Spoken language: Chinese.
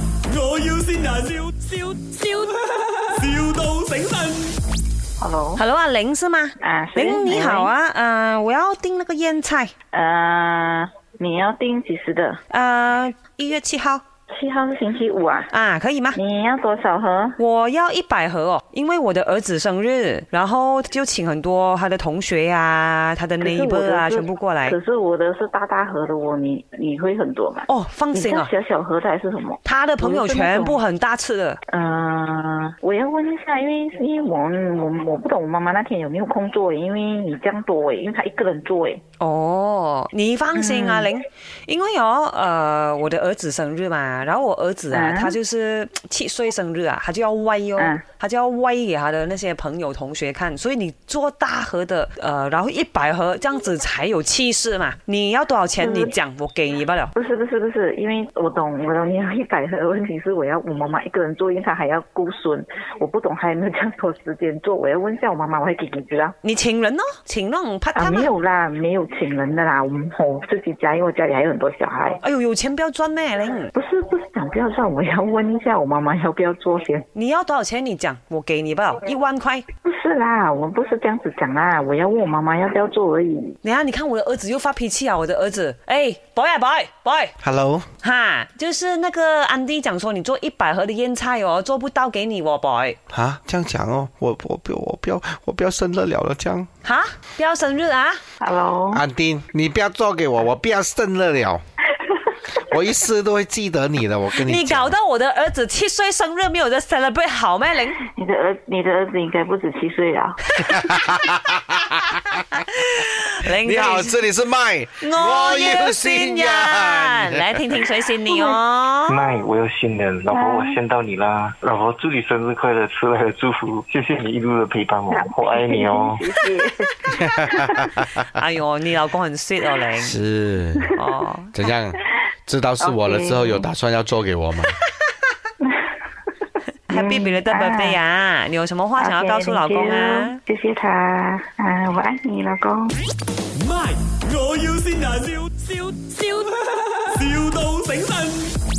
要先人，笑笑笑，,笑到醒神。 Hello， Hello 啊，玲是吗？啊，是玲你好，啊，呃，我要订那个燕菜，呃，你要订几时的？呃，一月七号七号是星期五啊，啊，可以吗？你要多少盒？我要一百盒哦，因为我的儿子生日，然后就请很多他的同学啊、他的可是我 neighbor 的啊，是全部过来可。是我的是大大盒的哦，你你会很多吗？哦，放你心看啊，小小盒的还是什么？他的朋友全部很大吃的。呃，我要问一下，因为因为我我我不懂我妈妈那天有没有空做，因为你这样多诶，因为她一个人做诶。哦，你放心嗯啊，玲，因为哦，呃，我的儿子生日嘛，然后我儿子啊，嗯他就是七岁生日啊，他就要喂哦，嗯他就要喂给他的那些朋友同学看，所以你做大盒的，呃，然后一百盒这样子才有气势嘛。你要多少钱？嗯你讲，我给你不了。不是不是不是，因为我懂我懂你有一百盒，问题是我要我妈妈一个人做，因为她还要顾孙，我不懂还有没有这样多时间做，我要问一下我妈妈，我会给你知道。你请人哦，请那种 part 啊， time 没啊。有啦，没有请人的啦，我们我自己家，因为我家里还有很多小孩。哎呦，有钱不要赚咩，玲，不是不是讲不要算，我要问一下我妈妈要不要做先。你要多少钱？你讲，我给你不了，一万块。不是啦，我不是这样子讲啦，我要问我妈妈要不要做而已。等一下你看我的儿子又发脾气啊，我的儿子，哎，boy 啊 boy boy。 Hello，哈，就是那个安迪讲说，你做一百盒的腌菜哦，做不到给你哦，boy。啊，这样讲哦，我我不我不要我不要生得了了，这样，哈，不要生日啊！ Hello，哦安丁，你不要做给我，我不要生得了，我一世都会记得你的，我跟你讲搞。到我的儿子七岁生日没有在 celebrate 好咩，玲？你的儿你的儿子应该不止七岁了。玲你好，这里是麦，我要新人，来听听谁信你哦。 麦，我要新人，老婆，我嗨先到你啦，老婆，祝你生日快乐，迟来的祝福，谢谢你一路的陪伴我，我爱你哦。谢谢。哎呦，你老公很 sweet 哦，玲。是哦，怎样？知道是我了之后， OK 有打算要做给我吗？ Happy belated birthday 啊！你有什么话想要告诉老公啊？谢谢他，啊，我爱你，老公。卖，我要先人，笑笑笑，,笑到醒神。